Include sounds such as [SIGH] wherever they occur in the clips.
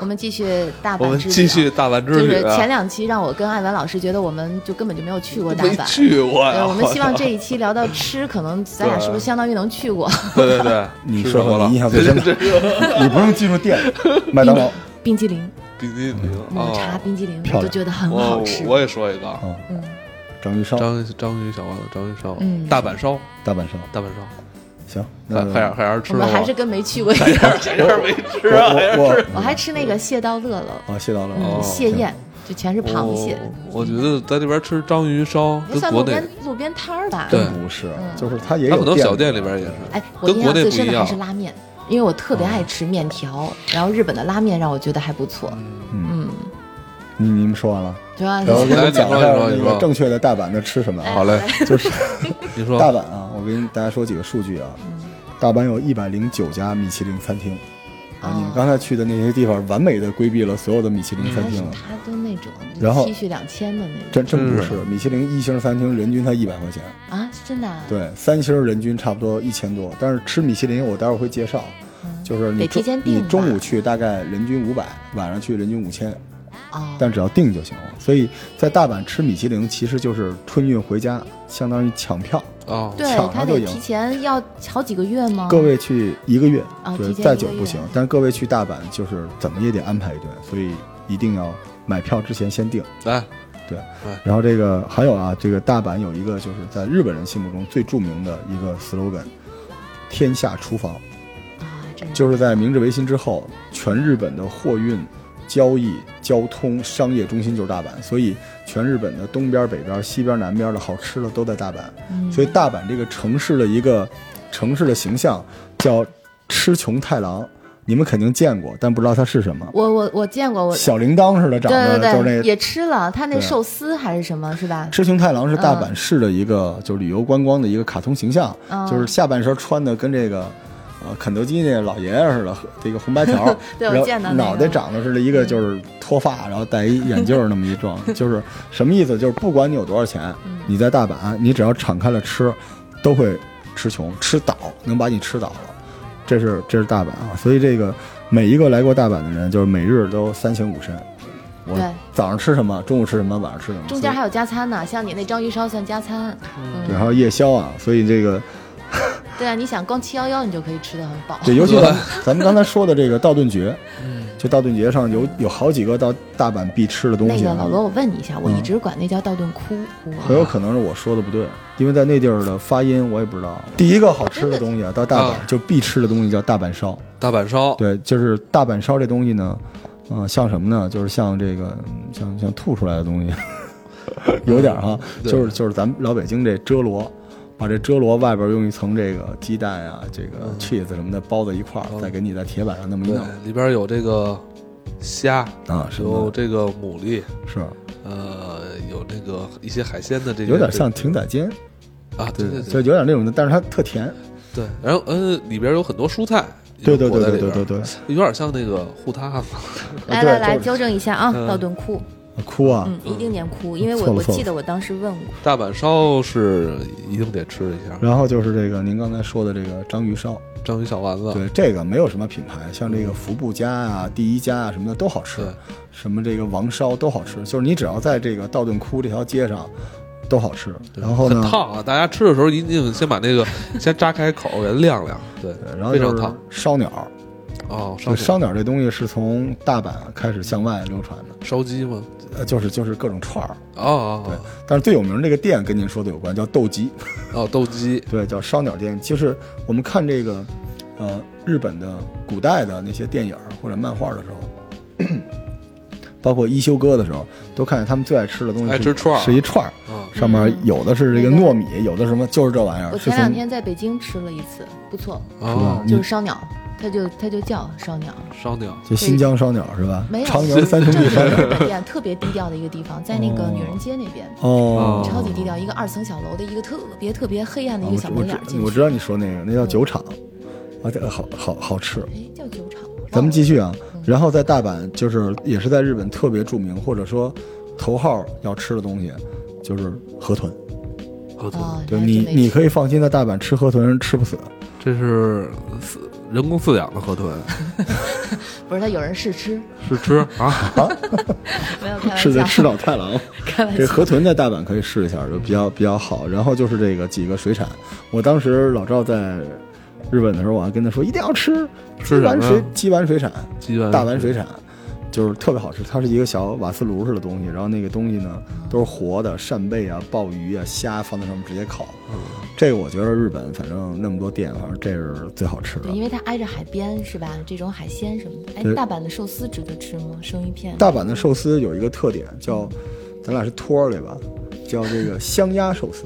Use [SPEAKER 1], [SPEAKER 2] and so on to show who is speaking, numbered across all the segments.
[SPEAKER 1] 我们继续大
[SPEAKER 2] 我
[SPEAKER 1] 阪
[SPEAKER 2] 们
[SPEAKER 1] 之旅啊，
[SPEAKER 2] 继续大阪之
[SPEAKER 1] 就
[SPEAKER 2] 旅
[SPEAKER 1] 是
[SPEAKER 2] 啊，
[SPEAKER 1] 前两期让我跟艾文老师觉得我们就根本就没有去过大
[SPEAKER 2] 没
[SPEAKER 1] 阪。
[SPEAKER 2] 去过啊呀。
[SPEAKER 1] 呃，
[SPEAKER 2] [LAUGHS]
[SPEAKER 1] 我们希望这
[SPEAKER 2] 操
[SPEAKER 1] 一期聊到吃，可能咱俩
[SPEAKER 2] 对
[SPEAKER 1] 是不是相当于能去
[SPEAKER 2] [LAUGHS]
[SPEAKER 1] 过
[SPEAKER 2] 对对对，
[SPEAKER 3] [LAUGHS] 你
[SPEAKER 2] 吃
[SPEAKER 3] 说
[SPEAKER 2] 过
[SPEAKER 3] 说
[SPEAKER 2] 了
[SPEAKER 3] 你印象最深
[SPEAKER 2] [LAUGHS]
[SPEAKER 3] 的
[SPEAKER 2] 这这这
[SPEAKER 3] 你不用进入店，麦当劳，
[SPEAKER 1] 冰激凌、
[SPEAKER 2] 比基尼
[SPEAKER 1] 抹嗯茶
[SPEAKER 2] 啊，
[SPEAKER 1] 冰激凌，
[SPEAKER 3] 漂
[SPEAKER 1] 我
[SPEAKER 3] 亮
[SPEAKER 1] 就觉得很好
[SPEAKER 2] 我
[SPEAKER 1] 吃。
[SPEAKER 2] 我也说一个啊，
[SPEAKER 3] 嗯，
[SPEAKER 1] 嗯，
[SPEAKER 3] 章鱼烧，
[SPEAKER 2] 章章鱼小丸子，章鱼烧
[SPEAKER 1] 嗯，
[SPEAKER 2] 大阪烧，
[SPEAKER 3] 大阪烧，
[SPEAKER 2] 大阪烧，
[SPEAKER 3] 行，那
[SPEAKER 2] 快快点快点
[SPEAKER 1] 我
[SPEAKER 2] 吃了
[SPEAKER 1] 们
[SPEAKER 2] 吧，
[SPEAKER 1] 还是跟没去过一
[SPEAKER 2] 还
[SPEAKER 1] 样。
[SPEAKER 2] 是还是没吃啊，还
[SPEAKER 3] 我
[SPEAKER 2] 是
[SPEAKER 3] 我嗯
[SPEAKER 1] 我还吃那个蟹道乐乐，
[SPEAKER 3] 我啊，谢到了，
[SPEAKER 1] 嗯，
[SPEAKER 2] 哦
[SPEAKER 1] 蟹宴就全是螃蟹，嗯
[SPEAKER 2] 我。我觉得在这边吃章鱼烧
[SPEAKER 1] 那
[SPEAKER 2] 跟
[SPEAKER 1] 算
[SPEAKER 2] 国
[SPEAKER 1] 路
[SPEAKER 2] 内
[SPEAKER 1] 边路边摊儿吧？
[SPEAKER 2] 对
[SPEAKER 3] 真不是
[SPEAKER 1] 嗯，
[SPEAKER 3] 就是它也
[SPEAKER 2] 它
[SPEAKER 3] 有
[SPEAKER 2] 可能小店里边也是。
[SPEAKER 1] 哎，我
[SPEAKER 2] 跟
[SPEAKER 1] 印
[SPEAKER 2] 国
[SPEAKER 1] 象最
[SPEAKER 2] 内不
[SPEAKER 1] 深
[SPEAKER 2] 一
[SPEAKER 1] 的还
[SPEAKER 2] 样
[SPEAKER 1] 是拉面，因为我特别爱吃面条，然后日本的拉面让我觉得还不错。嗯，
[SPEAKER 3] 你你们说完了，
[SPEAKER 1] 主要
[SPEAKER 3] 然后我给
[SPEAKER 2] 嗯来
[SPEAKER 3] 你
[SPEAKER 2] 你
[SPEAKER 3] 们讲一
[SPEAKER 2] 说
[SPEAKER 3] 下
[SPEAKER 2] 你说
[SPEAKER 3] 那
[SPEAKER 2] 你
[SPEAKER 3] 个
[SPEAKER 2] 说
[SPEAKER 3] 正确的大阪的吃什么
[SPEAKER 1] 哎
[SPEAKER 3] 啊？
[SPEAKER 2] 好嘞，
[SPEAKER 1] [LAUGHS]
[SPEAKER 3] 就是
[SPEAKER 2] [LAUGHS] 你
[SPEAKER 3] 大
[SPEAKER 2] 说嗯
[SPEAKER 3] 阪啊，我给大家说几个数据啊，大阪有一百零九家米其林餐厅
[SPEAKER 2] 哦
[SPEAKER 3] 啊，你们刚才去的那些地方完美的规避了所有的米其林餐
[SPEAKER 1] 还是
[SPEAKER 3] 厅了。
[SPEAKER 1] 他都那种就
[SPEAKER 3] 啊然后
[SPEAKER 1] T 恤两千的那种
[SPEAKER 3] 真真
[SPEAKER 2] 嗯
[SPEAKER 3] 不
[SPEAKER 2] 是
[SPEAKER 3] 是，米其林一星餐厅人均才一百块钱，
[SPEAKER 1] 啊，是真的啊，
[SPEAKER 3] 对，三星人均差不多一千多。但是吃米其林，我待会儿会介绍，
[SPEAKER 1] 嗯
[SPEAKER 3] 就是你
[SPEAKER 1] 得提
[SPEAKER 3] 中
[SPEAKER 1] 前
[SPEAKER 3] 你
[SPEAKER 1] 订
[SPEAKER 3] 中午
[SPEAKER 1] 吧
[SPEAKER 3] 去大概人均五百，晚上去人均五千，
[SPEAKER 1] 哦，
[SPEAKER 3] 但只要定就行了。所以在大阪吃米其林其实就是春运回家，相当于抢票。
[SPEAKER 2] 啊，
[SPEAKER 1] 对
[SPEAKER 3] 抢
[SPEAKER 1] 他
[SPEAKER 3] 了就
[SPEAKER 1] 得
[SPEAKER 3] 赢
[SPEAKER 1] 提前要好几个月吗？
[SPEAKER 3] 各位去一个月，
[SPEAKER 1] 啊
[SPEAKER 3] 对
[SPEAKER 1] 哦提，前
[SPEAKER 3] 再
[SPEAKER 1] 一个
[SPEAKER 3] 久不
[SPEAKER 1] 月
[SPEAKER 3] 行。但是各位去大阪就是怎么也得安排一顿，所以一定要买票之前先定。
[SPEAKER 2] 来，
[SPEAKER 3] 对
[SPEAKER 2] 哎，
[SPEAKER 3] 然后这个还有啊，这个大阪有一个就是在日本人心目中最著名的一个 slogan，天下厨房。
[SPEAKER 1] 啊，真的
[SPEAKER 3] 就是在明治维新之后，全日本的货运、交易、交通、商业中心就是大阪，所以全日本的东边、北边、西边、南边的好吃的都在大阪。
[SPEAKER 1] 嗯
[SPEAKER 3] 所以大阪这个城市的一个城市的形象叫“吃穷太郎”，你们肯定见过，但不知道它是什么。
[SPEAKER 1] 我我我见过我。
[SPEAKER 3] 小铃铛似的长
[SPEAKER 1] 对
[SPEAKER 3] 得，
[SPEAKER 1] 对
[SPEAKER 3] 就是
[SPEAKER 1] 对，
[SPEAKER 3] 那
[SPEAKER 1] 也吃了他那
[SPEAKER 3] 对
[SPEAKER 1] 寿司还是什么，是吧？
[SPEAKER 3] 痴情太郎是大阪市的一个、就是旅游观光的一个卡通形象，
[SPEAKER 1] 嗯
[SPEAKER 3] 就是下半身穿的跟这个。呃，肯德基那老爷爷似的，这个红白条，
[SPEAKER 1] [LAUGHS] 对
[SPEAKER 3] 然
[SPEAKER 1] 我
[SPEAKER 3] 后
[SPEAKER 1] 见到那个嗯
[SPEAKER 3] 脑袋长得似的，一个就是脱发，然后戴一眼镜儿那么一
[SPEAKER 1] [LAUGHS]
[SPEAKER 3] 状，就是什么意思？就是不管你有多少钱，
[SPEAKER 1] 嗯
[SPEAKER 3] 你在大阪，你只要敞开了吃，都会吃穷，吃倒，能把你吃倒了。这是这是大阪啊，所以这个每一个来过大阪的人，就是每日都三省吾身。我
[SPEAKER 1] 对
[SPEAKER 3] 早上吃什么，中午吃什么，晚上吃什么，
[SPEAKER 1] 中
[SPEAKER 3] 所
[SPEAKER 1] 间
[SPEAKER 3] 以
[SPEAKER 1] 还有加餐呢，像你那章鱼烧算加餐。嗯
[SPEAKER 3] 对，还有夜宵啊，所以这个
[SPEAKER 1] 对啊，你想逛七幺幺，你就可以吃的很饱。
[SPEAKER 3] [LAUGHS] 对，尤其咱咱们刚才说的这个道顿崛，
[SPEAKER 2] 嗯
[SPEAKER 3] 就道顿崛上有有好几个到大阪必吃的东
[SPEAKER 1] 那
[SPEAKER 3] 西
[SPEAKER 1] 个
[SPEAKER 3] 啊，
[SPEAKER 1] 老罗，我问你一下，我一
[SPEAKER 3] 嗯
[SPEAKER 1] 直管那叫道顿窟窟啊
[SPEAKER 3] 很有可能是我说的不对，因为在那地儿的发音我也不知道。第一个好吃的东西啊，到大
[SPEAKER 2] 啊
[SPEAKER 3] 阪就必吃的东西叫大阪烧，
[SPEAKER 2] 大阪烧，
[SPEAKER 3] 对，就是大阪烧这东西呢，嗯、像什么呢？就是像这个嗯像像吐出来的东西， [LAUGHS] 有点儿哈，
[SPEAKER 2] 对
[SPEAKER 3] 就是就是咱们老北京这遮罗。把这遮罗外边用一层这个鸡蛋啊，这个 cheese 什么的包在一块儿，再给你在铁板上那么一
[SPEAKER 2] 嗯
[SPEAKER 3] 弄
[SPEAKER 2] 哦对，里边有这个虾，
[SPEAKER 3] 啊，什
[SPEAKER 2] 有
[SPEAKER 3] 么
[SPEAKER 2] 这个牡蛎，
[SPEAKER 3] 是
[SPEAKER 2] 呃，有这个一些海鲜的这些，
[SPEAKER 3] 有点像艇仔煎，
[SPEAKER 2] 啊，对对
[SPEAKER 3] 就
[SPEAKER 2] 对
[SPEAKER 3] 有点那种的，但是它特甜，
[SPEAKER 2] 对，然后呃，里边有很多蔬菜，
[SPEAKER 3] 对对
[SPEAKER 2] 裹
[SPEAKER 3] 对
[SPEAKER 2] 在
[SPEAKER 3] 对
[SPEAKER 2] 里
[SPEAKER 3] 对
[SPEAKER 2] 边
[SPEAKER 3] 对对，
[SPEAKER 2] 有点像那个啊护塌子，
[SPEAKER 1] 来
[SPEAKER 3] 哎对
[SPEAKER 1] 来来，
[SPEAKER 3] 就是
[SPEAKER 1] 纠正一下啊，
[SPEAKER 2] 嗯
[SPEAKER 1] 道顿窟，
[SPEAKER 3] 哭啊，
[SPEAKER 1] 嗯，一定念窟，因为
[SPEAKER 3] 错
[SPEAKER 1] 我
[SPEAKER 3] 了
[SPEAKER 1] 我
[SPEAKER 3] 错了
[SPEAKER 1] 记得我当时问过，
[SPEAKER 2] 大阪烧是一定得吃一下，
[SPEAKER 3] 然后就是这个您刚才说的这个章鱼烧，
[SPEAKER 2] 章鱼小丸子，
[SPEAKER 3] 对这个没有什么品牌，像这个福布家啊、第一家啊什么的都好吃
[SPEAKER 2] 对，
[SPEAKER 3] 什么这个王烧都好吃，就是你只要在这个道顿窟这条街上都好吃。然后
[SPEAKER 2] 很
[SPEAKER 3] 呢，
[SPEAKER 2] 烫啊！大家吃的时候一定先把那
[SPEAKER 3] [LAUGHS]
[SPEAKER 2] 个先扎开口给它晾晾，对
[SPEAKER 3] 对，然后
[SPEAKER 2] 非
[SPEAKER 3] 就
[SPEAKER 2] 常
[SPEAKER 3] 是
[SPEAKER 2] 烫
[SPEAKER 3] 烧鸟，
[SPEAKER 2] 哦。
[SPEAKER 3] 这
[SPEAKER 2] 烧
[SPEAKER 3] 烧鸟这东西是从大阪开始向外流传的，
[SPEAKER 2] 烧鸡吗？
[SPEAKER 3] 呃，就是就是各种串儿。
[SPEAKER 2] 哦哦
[SPEAKER 3] 对，但是最有名的这个店跟您说的有关，叫斗鸡。
[SPEAKER 2] 哦，哦，斗鸡，
[SPEAKER 3] 对，叫烧鸟店。就是我们看这个，呃，日本的古代的那些电影儿或者漫画的时候，包括一休哥的时候，都看见他们最爱吃的东西
[SPEAKER 2] 爱
[SPEAKER 3] 是
[SPEAKER 2] 吃串儿
[SPEAKER 3] 是一串儿，
[SPEAKER 2] 嗯，
[SPEAKER 3] 上面
[SPEAKER 1] 嗯
[SPEAKER 3] 有的是这个
[SPEAKER 1] 那个
[SPEAKER 3] 糯米，有的什么，就是这玩意儿。
[SPEAKER 1] 我
[SPEAKER 3] 啊是
[SPEAKER 1] 前两
[SPEAKER 3] 从嗯
[SPEAKER 1] 天在北京吃了一次，不错，
[SPEAKER 2] 哦，
[SPEAKER 1] 就是烧鸟，它就它就叫烧鸟，
[SPEAKER 2] 烧鸟，
[SPEAKER 3] 就新疆烧鸟是吧？
[SPEAKER 1] 没有
[SPEAKER 3] 长阳三兄
[SPEAKER 1] 正
[SPEAKER 3] 弟
[SPEAKER 1] 经
[SPEAKER 3] 烧
[SPEAKER 1] 的
[SPEAKER 3] 鸟。
[SPEAKER 1] 日本店，特别低调的一个地方，在那个
[SPEAKER 3] 哦
[SPEAKER 1] 女人街那边，
[SPEAKER 3] 哦，
[SPEAKER 1] 超级低调，一个二层小楼的一个特别特别黑暗的
[SPEAKER 3] 啊
[SPEAKER 1] 一个
[SPEAKER 3] 我
[SPEAKER 1] 小
[SPEAKER 3] 知
[SPEAKER 1] 门
[SPEAKER 3] 我
[SPEAKER 1] 脸儿
[SPEAKER 3] 知
[SPEAKER 1] 进
[SPEAKER 3] 我
[SPEAKER 1] 去
[SPEAKER 3] 知，道你说那个，那叫酒厂，啊，这好好好吃。
[SPEAKER 1] 哎，叫酒厂，
[SPEAKER 3] 咱们继
[SPEAKER 1] 续，
[SPEAKER 3] 续啊，然后在大阪就是也是在日本特别著名或者说头号要吃的东西，就是河豚。
[SPEAKER 2] 河豚，
[SPEAKER 1] 哦，
[SPEAKER 3] 对
[SPEAKER 1] 还
[SPEAKER 3] 你
[SPEAKER 1] 真没
[SPEAKER 3] 你
[SPEAKER 1] 吃
[SPEAKER 3] 可以放心，在大阪吃河豚吃不死，
[SPEAKER 2] 这是饲人工饲养的河豚，
[SPEAKER 1] 不是他有人试吃，
[SPEAKER 2] 是
[SPEAKER 3] [LAUGHS]
[SPEAKER 2] 吃啊？
[SPEAKER 1] [LAUGHS] 没有开玩
[SPEAKER 3] 是在
[SPEAKER 1] 笑，
[SPEAKER 3] 赤岛太郎。
[SPEAKER 1] [LAUGHS] 开玩
[SPEAKER 3] 这
[SPEAKER 1] 笑。
[SPEAKER 3] 河豚在大阪可以试一下，就比较比较好。然后就是这个几个水产，我当时老赵在日本的时候，我还跟他说一定要吃鸡
[SPEAKER 2] 吃什么
[SPEAKER 3] 丸
[SPEAKER 2] 呀
[SPEAKER 3] 水鸡丸水产，
[SPEAKER 2] 鸡丸
[SPEAKER 3] 大丸水产就是特别好吃。它是一个小瓦斯炉似的东西，然后那个东西呢都是活的，扇贝啊、鲍鱼啊、虾放在上面直接烤。这个我觉得日本反正那么多店，反正这是最好吃的
[SPEAKER 1] 对，。因为它挨着海边是吧？这种海鲜什么的。哎
[SPEAKER 3] 对，
[SPEAKER 1] 大阪的寿司值得吃吗？生鱼片？
[SPEAKER 3] 大阪的寿司有一个特点叫，咱俩是托儿对吧？叫这个香鸭寿司，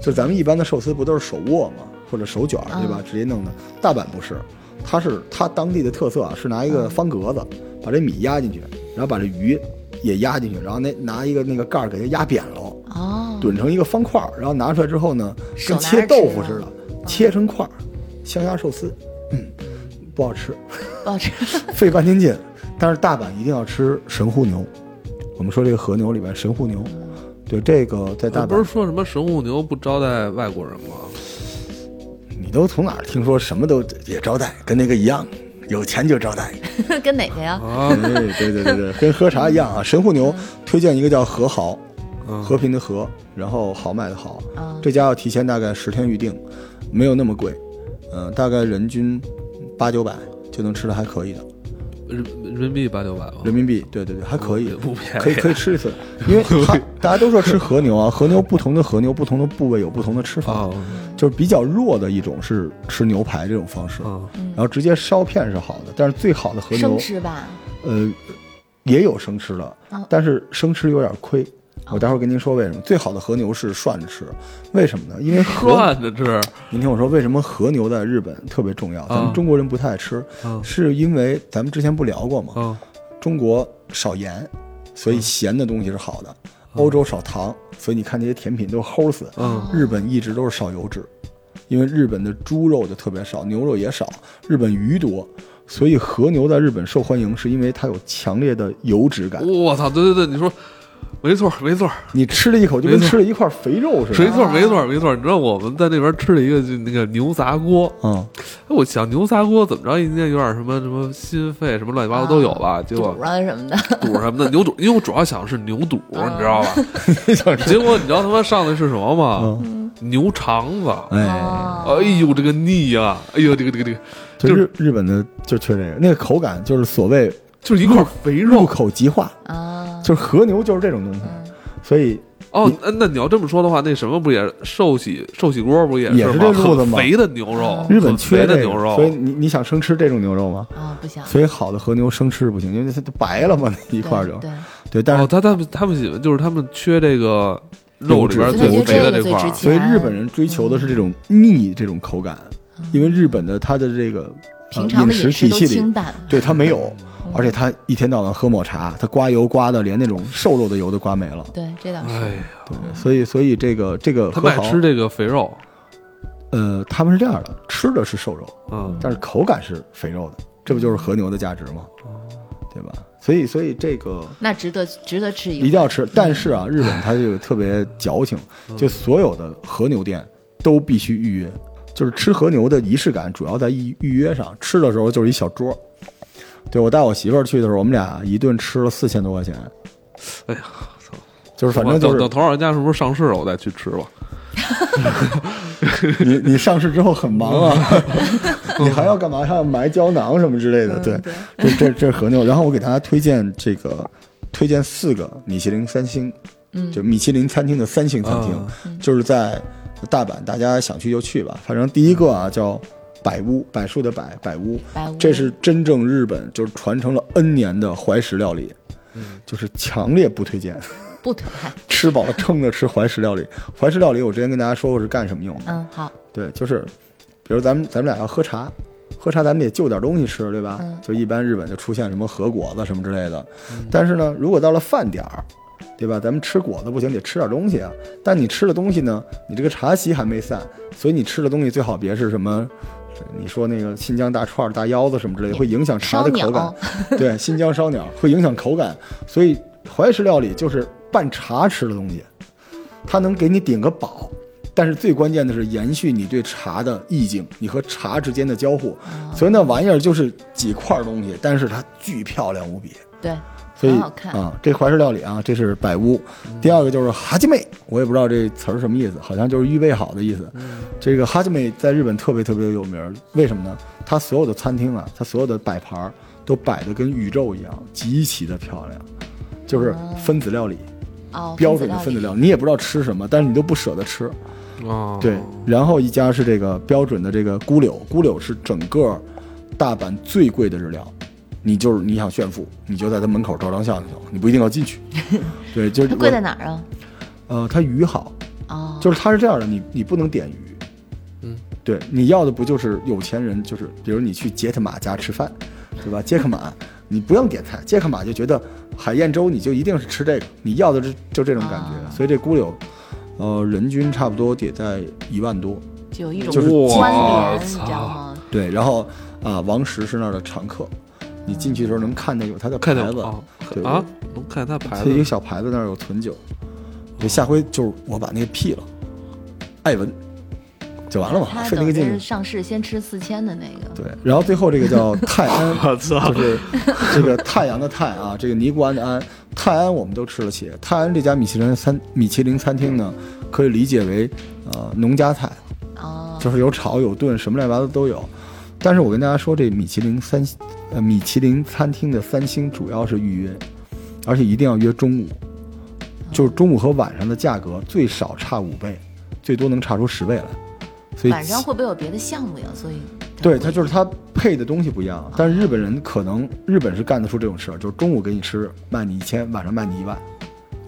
[SPEAKER 3] 就咱们一般的寿司不都是手握嘛，或者手卷儿对
[SPEAKER 1] 嗯
[SPEAKER 3] 吧？直接弄的。大阪不是，它是它当地的特色啊，是拿一
[SPEAKER 1] 嗯
[SPEAKER 3] 个方格子把这米压进去，然后把这鱼也压进去，然后那拿一个那个盖儿给它压扁喽，
[SPEAKER 1] 哦，
[SPEAKER 3] 炖成一个方块儿，然后拿出来之后呢，
[SPEAKER 1] 手
[SPEAKER 3] 跟
[SPEAKER 1] 拿
[SPEAKER 3] 切
[SPEAKER 1] 着
[SPEAKER 3] 豆
[SPEAKER 1] 吃
[SPEAKER 3] 腐
[SPEAKER 1] 啊
[SPEAKER 3] 似的，切成块儿，香鸭寿司，嗯，不好吃。
[SPEAKER 1] 不好吃。
[SPEAKER 3] 费半天劲，但是大阪一定要吃神户牛。我们说这个和牛里边神户牛，对这个在大
[SPEAKER 2] 不是
[SPEAKER 3] 阪，
[SPEAKER 2] 说什么神户牛不招待外国人吗？
[SPEAKER 3] 你都从哪儿听说什么都也招待，跟那个一样，有钱就招待。
[SPEAKER 1] [LAUGHS] 跟哪个呀？
[SPEAKER 2] 啊
[SPEAKER 3] 哎，，对对对对， [LAUGHS] 跟喝茶一样啊。神户牛推荐一个叫和豪，和平的和，然后豪迈的豪
[SPEAKER 1] 嗯，
[SPEAKER 3] 这家要提前大概十天预定，没有那么贵，嗯、大概人均八九百就能吃的还可以的，
[SPEAKER 2] 人人民币八九百吧，
[SPEAKER 3] 人民币，对对对，还可以。
[SPEAKER 2] 不便宜，
[SPEAKER 3] 可以可以吃一次， [LAUGHS] 因为它大家都说吃和牛啊，和牛不同的和牛不同的部位有不同的吃法，
[SPEAKER 2] 啊
[SPEAKER 3] 就是比较弱的一种是吃牛排这种方式，
[SPEAKER 2] 啊
[SPEAKER 3] 然后直接烧片是好的，但是最好的和
[SPEAKER 1] 嗯生
[SPEAKER 3] 牛，
[SPEAKER 1] 吃吧。
[SPEAKER 3] 呃，也有生吃的
[SPEAKER 1] 哦，
[SPEAKER 3] 但是生吃有点亏。我待会儿跟您说为什么最好的和牛是涮着吃，为什么呢？因为和
[SPEAKER 2] 涮着吃，
[SPEAKER 3] 您听我说，为什么和牛在日本特别重要？咱们
[SPEAKER 2] 啊
[SPEAKER 3] 中国人不太爱吃，
[SPEAKER 2] 啊
[SPEAKER 3] 是因为咱们之前不聊过吗？
[SPEAKER 2] 啊
[SPEAKER 3] 中国少盐，所以咸的东西是好的；欧洲少糖，所以你看那些甜品都齁死。
[SPEAKER 2] 啊
[SPEAKER 3] 日本一直都是少油脂，因为日本的猪肉就特别少，牛肉也少，日本鱼多，所以和牛在日本受欢迎，是因为它有强烈的油脂感。
[SPEAKER 2] 我操，对对对，你说没错没错。
[SPEAKER 3] 你吃了一口就跟吃了一块肥肉似
[SPEAKER 2] 没
[SPEAKER 3] 的。
[SPEAKER 2] 错，没错，没错。你知道我们在那边吃了一个就那个牛杂锅，
[SPEAKER 3] 嗯，
[SPEAKER 2] 哎，我想牛杂锅怎么着，应该有点什么什么心肺什么乱七八糟都有吧？结果
[SPEAKER 1] 肚啊什么的，
[SPEAKER 3] [LAUGHS]
[SPEAKER 2] 肚什么的牛肚，因为我主要想的是牛肚，你知道吧？
[SPEAKER 3] 啊你想吃？嗯
[SPEAKER 2] 结果你知道他妈上的是什么吗？牛肠子。
[SPEAKER 3] 哎，
[SPEAKER 1] 哦，
[SPEAKER 2] 哎呦，这个腻呀、哎呦，这个这个这个，
[SPEAKER 3] 就
[SPEAKER 2] 就是
[SPEAKER 3] 日日本的就缺这个，那个口感就是所谓
[SPEAKER 2] 就是一块肥
[SPEAKER 3] 入
[SPEAKER 2] 肉
[SPEAKER 3] 口即化，
[SPEAKER 1] 啊，
[SPEAKER 3] 就是和牛就是这种东西，所以
[SPEAKER 2] 哦。那那你要这么说的话，那什么不也寿喜寿喜锅不也
[SPEAKER 3] 也是
[SPEAKER 2] 是
[SPEAKER 3] 这路子吗
[SPEAKER 2] 很肥的牛肉，
[SPEAKER 3] 日本
[SPEAKER 2] 很肥
[SPEAKER 3] 缺
[SPEAKER 2] 的
[SPEAKER 3] 这
[SPEAKER 2] 牛
[SPEAKER 3] 个，
[SPEAKER 2] 肉，
[SPEAKER 3] 所以你你想生吃这种牛肉吗？
[SPEAKER 1] 啊，不想
[SPEAKER 3] 所以好的和牛生吃不行，因为它它白了嘛，那一
[SPEAKER 1] 一
[SPEAKER 3] 块儿就啊
[SPEAKER 1] 对，
[SPEAKER 3] 对。但是
[SPEAKER 2] 哦，他他们他们喜欢就是他们缺这个
[SPEAKER 3] 油
[SPEAKER 2] 肉
[SPEAKER 3] 脂
[SPEAKER 2] 里边
[SPEAKER 1] 所
[SPEAKER 3] 所以
[SPEAKER 1] 以
[SPEAKER 3] 他
[SPEAKER 1] 他觉
[SPEAKER 3] 觉
[SPEAKER 2] 最
[SPEAKER 3] 得
[SPEAKER 1] 得
[SPEAKER 2] 肥
[SPEAKER 1] 这
[SPEAKER 2] 的
[SPEAKER 1] 个最值
[SPEAKER 2] 那块儿。
[SPEAKER 3] 所以
[SPEAKER 1] 钱。
[SPEAKER 3] 日本人追求的是这种腻这种口感，因为日本的它的这个呃
[SPEAKER 1] 嗯平常
[SPEAKER 3] 饮
[SPEAKER 1] 的
[SPEAKER 3] 食
[SPEAKER 1] 饮食
[SPEAKER 3] 体
[SPEAKER 1] 都
[SPEAKER 3] 系
[SPEAKER 1] 清嗯
[SPEAKER 3] 里，
[SPEAKER 1] 淡，
[SPEAKER 3] 对它没有，而且它一天到晚喝抹茶，它刮油刮的连那种瘦肉的油都刮没了。
[SPEAKER 1] 对，这倒
[SPEAKER 3] 嗯
[SPEAKER 2] 哎
[SPEAKER 1] 是。
[SPEAKER 2] 呀，
[SPEAKER 3] 对，所以所以这个这个
[SPEAKER 2] 他
[SPEAKER 3] 和
[SPEAKER 2] 们
[SPEAKER 3] 好
[SPEAKER 2] 爱吃这个肥肉，
[SPEAKER 3] 呃，他们是这样的，吃的是瘦肉，
[SPEAKER 2] 嗯，
[SPEAKER 3] 但是口感是肥肉的，这不就是和牛的价值吗？
[SPEAKER 1] 嗯
[SPEAKER 3] 对吧？所以所以这个。
[SPEAKER 1] 那值得值得吃一
[SPEAKER 3] 一定
[SPEAKER 1] 回。
[SPEAKER 3] 要吃。但是啊，日本它就特别矫情，就所有的和牛店都必须预约。就是吃和牛的仪式感主要在预预约上，吃的时候就是一小桌。对我带我媳妇儿去的时候，我们俩一顿吃了四千多块钱，
[SPEAKER 2] 哎呀，
[SPEAKER 3] 就是反正就
[SPEAKER 2] 等等
[SPEAKER 3] 是
[SPEAKER 2] 头号玩家是不是上市了，我再去吃吧。
[SPEAKER 3] 你你上市之后很忙啊， [LAUGHS] 你还要干嘛？还要埋胶囊什么之类的。对，这这这是和牛。然后我给大家推荐这个，推荐四个米其林三星，嗯，就米其林餐厅的三星餐厅，就是在大阪，大家想去就去吧。反正第一个啊叫百屋，柏树的柏，百屋，
[SPEAKER 1] 百屋
[SPEAKER 3] 这是真正日本就是传承了 N 年的怀石料理，就是强烈不推荐。
[SPEAKER 1] 不推开。
[SPEAKER 3] 吃饱了撑着吃怀石料理，怀石料理我之前跟大家说过是干什么用的，
[SPEAKER 1] 嗯，好，
[SPEAKER 3] 对，就是，比如咱们咱们俩要喝茶，喝茶咱们得就点东西吃，对吧？就一般日本就出现什么和果子什么之类的。但是呢，如果到了饭点儿，对吧？咱们吃果子不行，得吃点东西啊。但你吃的东西呢，你这个茶席还没散，所以你吃的东西最好别是什么。你说那个新疆大串儿、大腰子什么之类的，会影响茶的口感
[SPEAKER 1] 烧。
[SPEAKER 3] 对，新疆烧鸟会影响口感，所以怀石料理就是拌茶吃的东西，它能给你顶个饱，但是最关键的是延续你对茶的意境，你和茶之间的交互。所以那玩意儿就是几块东西，但是它巨漂亮无比。
[SPEAKER 1] 对，
[SPEAKER 3] 所以
[SPEAKER 1] 很好看
[SPEAKER 3] 啊，这怀石料理啊，这是百屋。第二个就是哈基妹，我也不知道这词儿什么意思，好像就是预备好的意思。这个哈基妹在日本特别特别有名儿，为什么呢？它所有的餐厅啊，它所有的摆盘儿都摆的跟宇宙一样，极其的漂亮，就是分子料理，
[SPEAKER 1] 哦，
[SPEAKER 3] 标准的分
[SPEAKER 1] 分子
[SPEAKER 3] 子
[SPEAKER 1] 料
[SPEAKER 3] 料理，你也不知道吃什么，但是你都不舍得吃。
[SPEAKER 2] 哦，
[SPEAKER 3] 对，然后一家是这个标准的这个孤柳，孤柳是整个大阪最贵的日料。你就是你想炫富，你就在他门口照张相就行了，你不一定要
[SPEAKER 1] [LAUGHS]
[SPEAKER 3] 进去。对，就
[SPEAKER 1] 理，
[SPEAKER 3] 是
[SPEAKER 1] 它贵在？哪儿啊？
[SPEAKER 3] 呃，它鱼好，
[SPEAKER 1] 哦，
[SPEAKER 3] 就是它是这样的，你你不能点鱼。
[SPEAKER 2] 嗯，
[SPEAKER 3] 对，你要的不就是有钱人？就是比如你去杰克马家吃饭，对吧？杰克马，你不用点菜，杰克马就觉得海燕粥你就一定是吃这个，你要的是就这种感觉。
[SPEAKER 1] 啊
[SPEAKER 3] 所以这孤柳，呃，人均差不多得在一万多。
[SPEAKER 1] 就有一种
[SPEAKER 3] 就是
[SPEAKER 1] 关
[SPEAKER 2] 哇
[SPEAKER 1] 联，你知道吗？
[SPEAKER 3] 对，然后啊、王石是那儿的常客，你进去的时候能看见有他的牌
[SPEAKER 2] 看见
[SPEAKER 3] 子，
[SPEAKER 2] 哦
[SPEAKER 3] 对
[SPEAKER 2] 啊，能看见他牌
[SPEAKER 3] 他有一个
[SPEAKER 2] 子，
[SPEAKER 3] 小牌子那儿有存酒。对，下回就是我把那个 P 了，艾文就完了嘛
[SPEAKER 1] 它，
[SPEAKER 3] 费那
[SPEAKER 1] 等
[SPEAKER 3] 个
[SPEAKER 1] 于
[SPEAKER 3] 劲
[SPEAKER 1] 是。上市先吃四千的那个，
[SPEAKER 3] 对，然后最后这个叫泰
[SPEAKER 2] [LAUGHS]，
[SPEAKER 3] 安
[SPEAKER 2] 我操
[SPEAKER 3] 就，是这个太阳的太啊，这个尼姑庵的庵，泰安我们都吃得起。泰安这家米其林餐米其林餐厅呢，可以理解为呃农家菜，
[SPEAKER 1] 哦，
[SPEAKER 3] 就是有炒有炖，什么乱七八糟都有。但是我跟大家说，这米其林三，呃，米其林餐厅的三星主要是预约，而且一定要约中午，
[SPEAKER 1] 啊
[SPEAKER 3] 就是中午和晚上的价格最少差五倍，最多能差出十倍来。所以
[SPEAKER 1] 晚上会不会有别的项目呀？所以
[SPEAKER 3] 对它就是它配的东西不一样，啊但是日本人可能日本是干得出这种事儿，就是中午给你吃卖你一千，晚上卖你一万，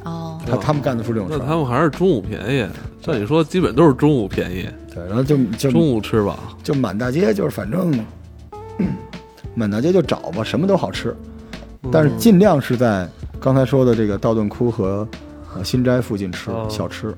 [SPEAKER 1] 哦，
[SPEAKER 3] 他他们干得出这种
[SPEAKER 2] 那
[SPEAKER 3] 事
[SPEAKER 2] 他
[SPEAKER 3] 儿。
[SPEAKER 2] 们还是中午便宜，照理说基本都是中午便宜，
[SPEAKER 3] 对，然后就就
[SPEAKER 2] 中午吃吧，
[SPEAKER 3] 就满大街就是反正满大街就找吧，什么都好吃，
[SPEAKER 1] 嗯
[SPEAKER 3] 但是尽量是在刚才说的这个道顿窟和呃新斋附近吃
[SPEAKER 2] 哦
[SPEAKER 3] 小吃。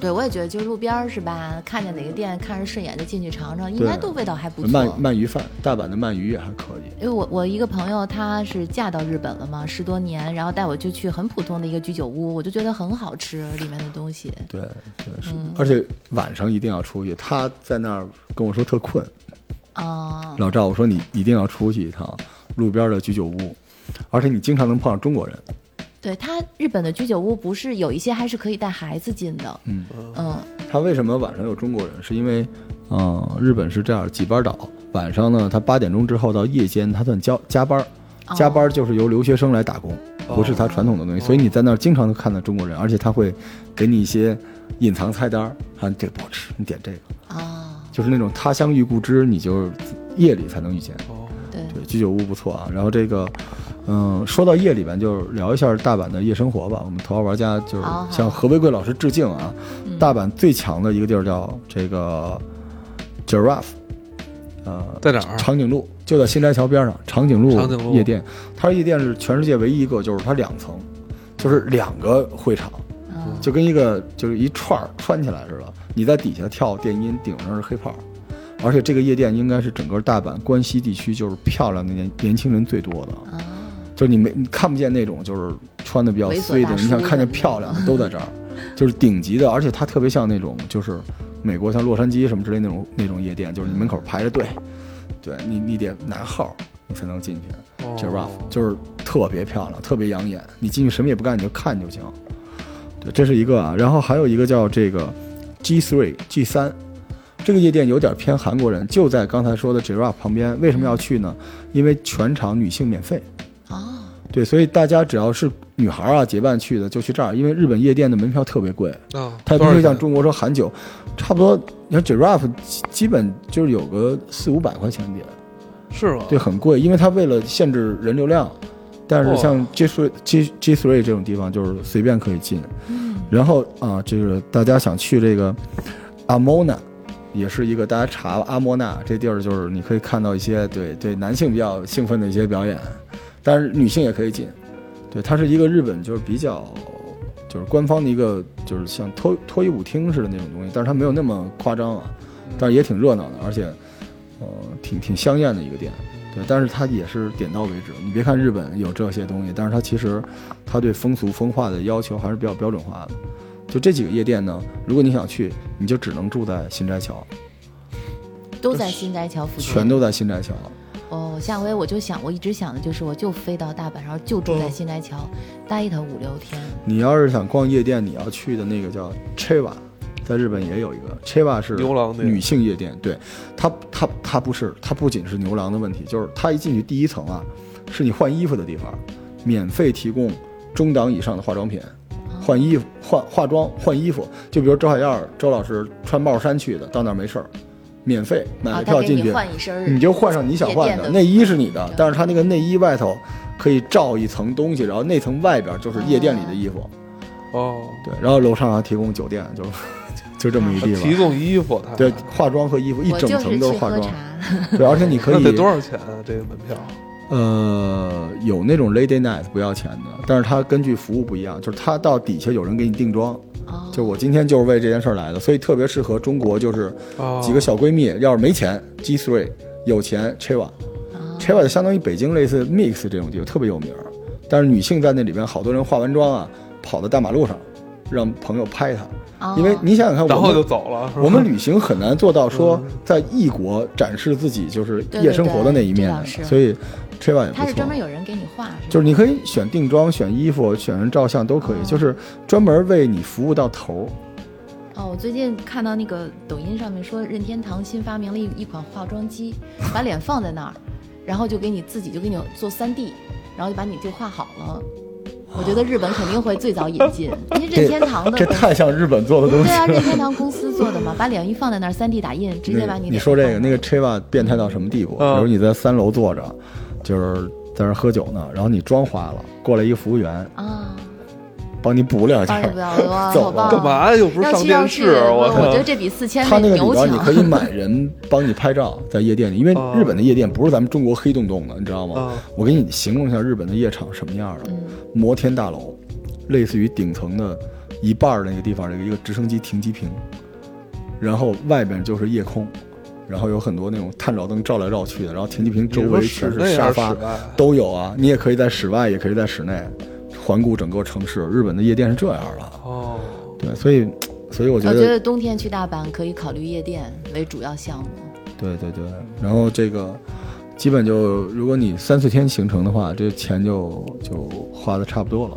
[SPEAKER 1] 对，我也觉得，就是路边儿是吧？看见哪个店看着顺眼就进去尝尝，应该
[SPEAKER 3] 对
[SPEAKER 1] 都味道还不错。
[SPEAKER 3] 鳗鳗鱼饭，大阪的鳗鱼也还可以。
[SPEAKER 1] 因为我我一个朋友，她是嫁到日本了嘛，十多年，然后带我就去很普通的一个居酒屋，我就觉得很好吃里面的东西。
[SPEAKER 3] 对对是，
[SPEAKER 1] 嗯
[SPEAKER 3] 而且晚上一定要出去。他在那儿跟我说特困，
[SPEAKER 1] 啊、
[SPEAKER 3] 老赵，我说你一定要出去一趟路边的居酒屋，而且你经常能碰上中国人。
[SPEAKER 1] 对，它日本的居酒屋不是有一些还是可以带孩子进的，
[SPEAKER 3] 嗯，
[SPEAKER 1] 嗯，
[SPEAKER 3] 他为什么晚上有中国人？是因为，嗯、日本是这样几班倒，晚上呢，他八点钟之后到夜间，他算加加班儿
[SPEAKER 1] 哦，
[SPEAKER 3] 加班儿就是由留学生来打工，
[SPEAKER 2] 哦
[SPEAKER 3] 不是他传统的东西，所以你在那儿经常能看到中国人，而且他会给你一些隐藏菜单儿，啊，这个不好吃，你点这个，
[SPEAKER 1] 啊、
[SPEAKER 3] 就是那种他乡遇故知，你就是夜里才能遇见。
[SPEAKER 2] 哦，
[SPEAKER 1] 对，
[SPEAKER 3] 对，居酒屋不错啊。然后这个，嗯，说到夜里边，就聊一下大阪的夜生活吧。我们头号玩家就是
[SPEAKER 1] 好嗯好
[SPEAKER 3] 向何为贵老师致敬啊。大阪最强的一个地儿叫这个 Giraffe，呃，
[SPEAKER 2] 在哪儿？
[SPEAKER 3] 长颈鹿，就在新斋桥边上，长颈鹿
[SPEAKER 2] 长颈鹿
[SPEAKER 3] 夜店。它夜店是全世界唯一一个，就是它两层，就是两个会场。
[SPEAKER 1] 嗯，
[SPEAKER 3] 就跟一个就是一串儿穿起来似的，你在底下跳电音，顶上是黑炮，而且这个夜店应该是整个大阪关西地区就是漂亮的年年轻人最多的，
[SPEAKER 1] 啊、
[SPEAKER 3] 就是你没你看不见那种就是穿的比较
[SPEAKER 1] 猥琐
[SPEAKER 3] 衰的，
[SPEAKER 1] 大叔
[SPEAKER 3] 你想看见漂亮的都在这儿，就是顶级的，而且它特别像那种就是美国像洛杉矶什么之类那种那种夜店，就是你门口排着队，对你你得拿号你才能进去。
[SPEAKER 2] 哦
[SPEAKER 3] giraffe，就是特别漂亮，特别养眼。你进去什么也不干，你就看就行。对，这是一个啊。然后还有一个叫这个 G three G 三，这个夜店有点偏韩国人，就在刚才说的 giraffe 旁边。为什么要去呢？因为全场女性免费。
[SPEAKER 1] 哦，
[SPEAKER 3] 对，所以大家只要是女孩啊结伴去的，就去这儿，因为日本夜店的门票特别贵，
[SPEAKER 2] 啊，
[SPEAKER 3] 它不
[SPEAKER 2] 多少
[SPEAKER 3] 会像
[SPEAKER 2] 钱
[SPEAKER 3] 中国说含酒，差不多你看 giraffe 基基本就是有个四五百块钱点。
[SPEAKER 2] 是吗？
[SPEAKER 3] 对，很贵，因为它为了限制人流量。但是像 G three G G three 这种地方就是随便可以进，
[SPEAKER 1] 嗯，
[SPEAKER 3] 然后啊，这个大家想去这个阿莫纳，也是一个大家查阿莫纳这地儿，就是你可以看到一些对对男性比较兴奋的一些表演，但是女性也可以进。对，它是一个日本就是比较就是官方的一个就是像脱脱衣舞厅似的那种东西，但是它没有那么夸张啊，但是也挺热闹的，而且呃挺挺香艳的一个店。对，但是它也是点到为止。你别看日本有这些东西，但是它其实它对风俗风化的要求还是比较标准化的。就这几个夜店呢，如果你想去，你就只能住在新斋桥，
[SPEAKER 1] 都在新斋桥附近。
[SPEAKER 3] 全都在新斋桥。
[SPEAKER 1] 哦，下回我就想，我一直想的就是，我就飞到大阪，然后就住在新斋桥，待它五六天。
[SPEAKER 3] 你要是想逛夜店，你要去的那个叫 Cheva，在日本也有一个 Cheva 是
[SPEAKER 2] 牛郎那个
[SPEAKER 3] 女性夜店，对，它它它不是，它不仅是牛郎的问题，就是它一进去第一层啊，是你换衣服的地方，免费提供中档以上的化妆品。
[SPEAKER 1] 啊
[SPEAKER 3] 换衣服、换化妆、换衣服，就比如周海燕儿、周老师穿帽衫去的，到那儿没事儿，免费买
[SPEAKER 1] 啊，
[SPEAKER 3] 了
[SPEAKER 1] 他
[SPEAKER 3] 票
[SPEAKER 1] 给
[SPEAKER 3] 进
[SPEAKER 1] 你
[SPEAKER 3] 去，
[SPEAKER 1] 换一身儿，
[SPEAKER 3] 你就换上你想换
[SPEAKER 1] 夜店
[SPEAKER 3] 的
[SPEAKER 1] 的
[SPEAKER 3] 内衣是你的
[SPEAKER 1] 对，
[SPEAKER 3] 但是它那个内衣外头可以罩一层东西，然后那层外边就是夜店里的衣服，
[SPEAKER 2] 哦，
[SPEAKER 3] 对，然后楼上还提供酒店，就 [LAUGHS] 就这么一地
[SPEAKER 2] 啊提
[SPEAKER 3] 方。
[SPEAKER 2] 供衣服，他
[SPEAKER 3] 对，化妆和衣服一
[SPEAKER 1] 我
[SPEAKER 3] 整
[SPEAKER 1] 就是
[SPEAKER 3] 层都
[SPEAKER 1] 去
[SPEAKER 3] 是化
[SPEAKER 1] 喝
[SPEAKER 3] 妆
[SPEAKER 1] 茶，，
[SPEAKER 3] 对，而且你可
[SPEAKER 2] 那得
[SPEAKER 3] 以
[SPEAKER 2] 多少钱啊？这个门票
[SPEAKER 3] 呃有那种 lady night 不要钱的，但是它根据服务不一样，就是它到底下有人给你定妆，
[SPEAKER 1] 哦，
[SPEAKER 3] 就我今天就是为这件事儿来的，所以特别适合中国，就是
[SPEAKER 2] 哦
[SPEAKER 3] 几个小闺蜜，要是没钱 G three，有钱 Cheva。
[SPEAKER 1] 啊
[SPEAKER 3] Cheva 就相当于北京类似 Mix 这种地方特别有名儿，但是女性在那里边好多人化完妆啊，跑到大马路上让朋友拍她，
[SPEAKER 1] 哦
[SPEAKER 3] 因为你想想看，
[SPEAKER 2] 然
[SPEAKER 3] 我
[SPEAKER 2] 后就
[SPEAKER 3] 们
[SPEAKER 2] 走了。是吧
[SPEAKER 3] 我们旅行很难做到说在异国展示自己就是
[SPEAKER 1] 嗯对
[SPEAKER 3] 夜生活的那一面啊
[SPEAKER 1] 对对对这倒，是
[SPEAKER 3] 所以 Cheva 也不
[SPEAKER 1] 他是
[SPEAKER 3] 错啊
[SPEAKER 1] 专。门有人给你画，
[SPEAKER 3] 就是是你可以选定妆、选衣服、选人照相都可以，
[SPEAKER 1] 哦
[SPEAKER 3] 就是专门为你服务到头儿。
[SPEAKER 1] 吧哦，我最近看到那个抖音上面说，任天堂新发明了一一款化妆机，把脸放在那儿，然后就给你自己就给你做3 D，然后就把你就画好了。我觉得日本肯定会最早引
[SPEAKER 3] [LAUGHS]
[SPEAKER 1] 进，因为任天堂的
[SPEAKER 3] 这太像日本做的东西
[SPEAKER 1] 对啊，
[SPEAKER 3] 了。
[SPEAKER 1] 任天堂公司做的嘛，把脸一放在那儿，3 D 打印，直接把
[SPEAKER 3] 那
[SPEAKER 1] 你
[SPEAKER 3] 你
[SPEAKER 1] 脸
[SPEAKER 3] 说这个
[SPEAKER 1] 放
[SPEAKER 3] 那个 Cheva 变态到什么地步？
[SPEAKER 2] 嗯
[SPEAKER 3] 比如你在三楼坐着，就是在那儿喝酒呢，然后你妆花了，过来一服务员
[SPEAKER 1] 啊，
[SPEAKER 3] 帮你补两
[SPEAKER 1] 当
[SPEAKER 3] 下
[SPEAKER 1] 然。不要了，哇
[SPEAKER 3] [LAUGHS] 走
[SPEAKER 1] 好棒！啊
[SPEAKER 3] 了
[SPEAKER 2] 干嘛呀？又不是
[SPEAKER 1] 要
[SPEAKER 2] 上
[SPEAKER 1] 去哦要去，
[SPEAKER 2] 电视，啊我
[SPEAKER 1] 我觉得
[SPEAKER 2] 操！
[SPEAKER 1] 这比四千
[SPEAKER 3] 他那个里
[SPEAKER 1] 牛
[SPEAKER 3] 边
[SPEAKER 1] 强。
[SPEAKER 3] 你可以买人帮你拍照，在夜店里，因为
[SPEAKER 2] 哦
[SPEAKER 3] 日本的夜店不是咱们中国黑洞洞的，你知道吗
[SPEAKER 2] 哦？
[SPEAKER 3] 我给你形容一下日本的夜场什么样的
[SPEAKER 1] 嗯，
[SPEAKER 3] 摩天大楼，类似于顶层的一半儿那个地方，有一个直升机停机坪，然后外边就是夜空，然后有很多那种探照灯照来照去的，然后停机坪周围全是沙发，都有啊。你也可以在室外，也可以在室内，环顾整个城市。日本的夜店是这样的，
[SPEAKER 2] 哦，
[SPEAKER 3] 对，所以，所以我觉
[SPEAKER 1] 我
[SPEAKER 3] 得，
[SPEAKER 1] 觉得冬天去大阪可以考虑夜店为主要项目。
[SPEAKER 3] 对对对。然后这个基本就，如果你三四天行程的话，这钱就就花的差不多了。